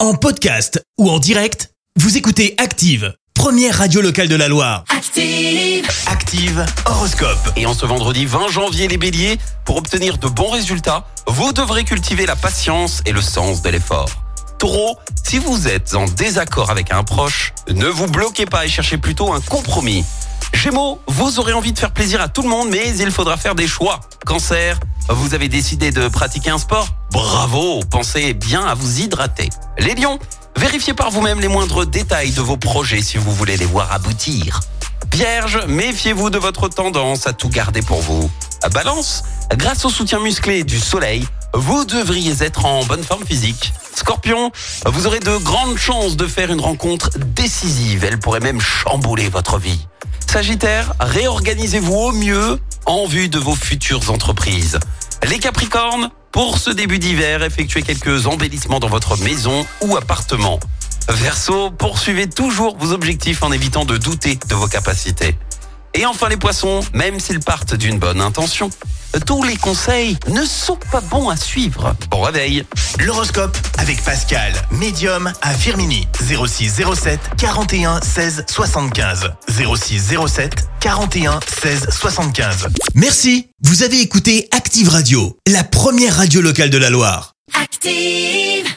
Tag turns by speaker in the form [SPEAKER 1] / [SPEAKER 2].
[SPEAKER 1] En podcast ou en direct, vous écoutez Active, première radio locale de la Loire.
[SPEAKER 2] Active.
[SPEAKER 3] Active Horoscope. Et en ce vendredi 20 janvier, les béliers, pour obtenir de bons résultats, vous devrez cultiver la patience et le sens de l'effort. Taureau, si vous êtes en désaccord avec un proche, ne vous bloquez pas et cherchez plutôt un compromis. Gémeaux, vous aurez envie de faire plaisir à tout le monde, mais il faudra faire des choix. Cancer, vous avez décidé de pratiquer un sport Bravo, pensez bien à vous hydrater. Les lions, vérifiez par vous-même les moindres détails de vos projets si vous voulez les voir aboutir. Vierge, méfiez-vous de votre tendance à tout garder pour vous. Balance, grâce au soutien musclé du soleil, vous devriez être en bonne forme physique. Scorpion, vous aurez de grandes chances de faire une rencontre décisive. Elle pourrait même chambouler votre vie. Sagittaire, réorganisez-vous au mieux en vue de vos futures entreprises. Les Capricornes, pour ce début d'hiver, effectuez quelques embellissements dans votre maison ou appartement. Verseau, poursuivez toujours vos objectifs en évitant de douter de vos capacités. Et enfin les poissons, même s'ils partent d'une bonne intention, tous les conseils ne sont pas bons à suivre. Bon réveil
[SPEAKER 1] L'horoscope avec Pascal, médium à Firmini, 06 07 41 16 75. 06 07 41 16 75. Merci, vous avez écouté Active Radio, la première radio locale de la Loire.
[SPEAKER 2] Active.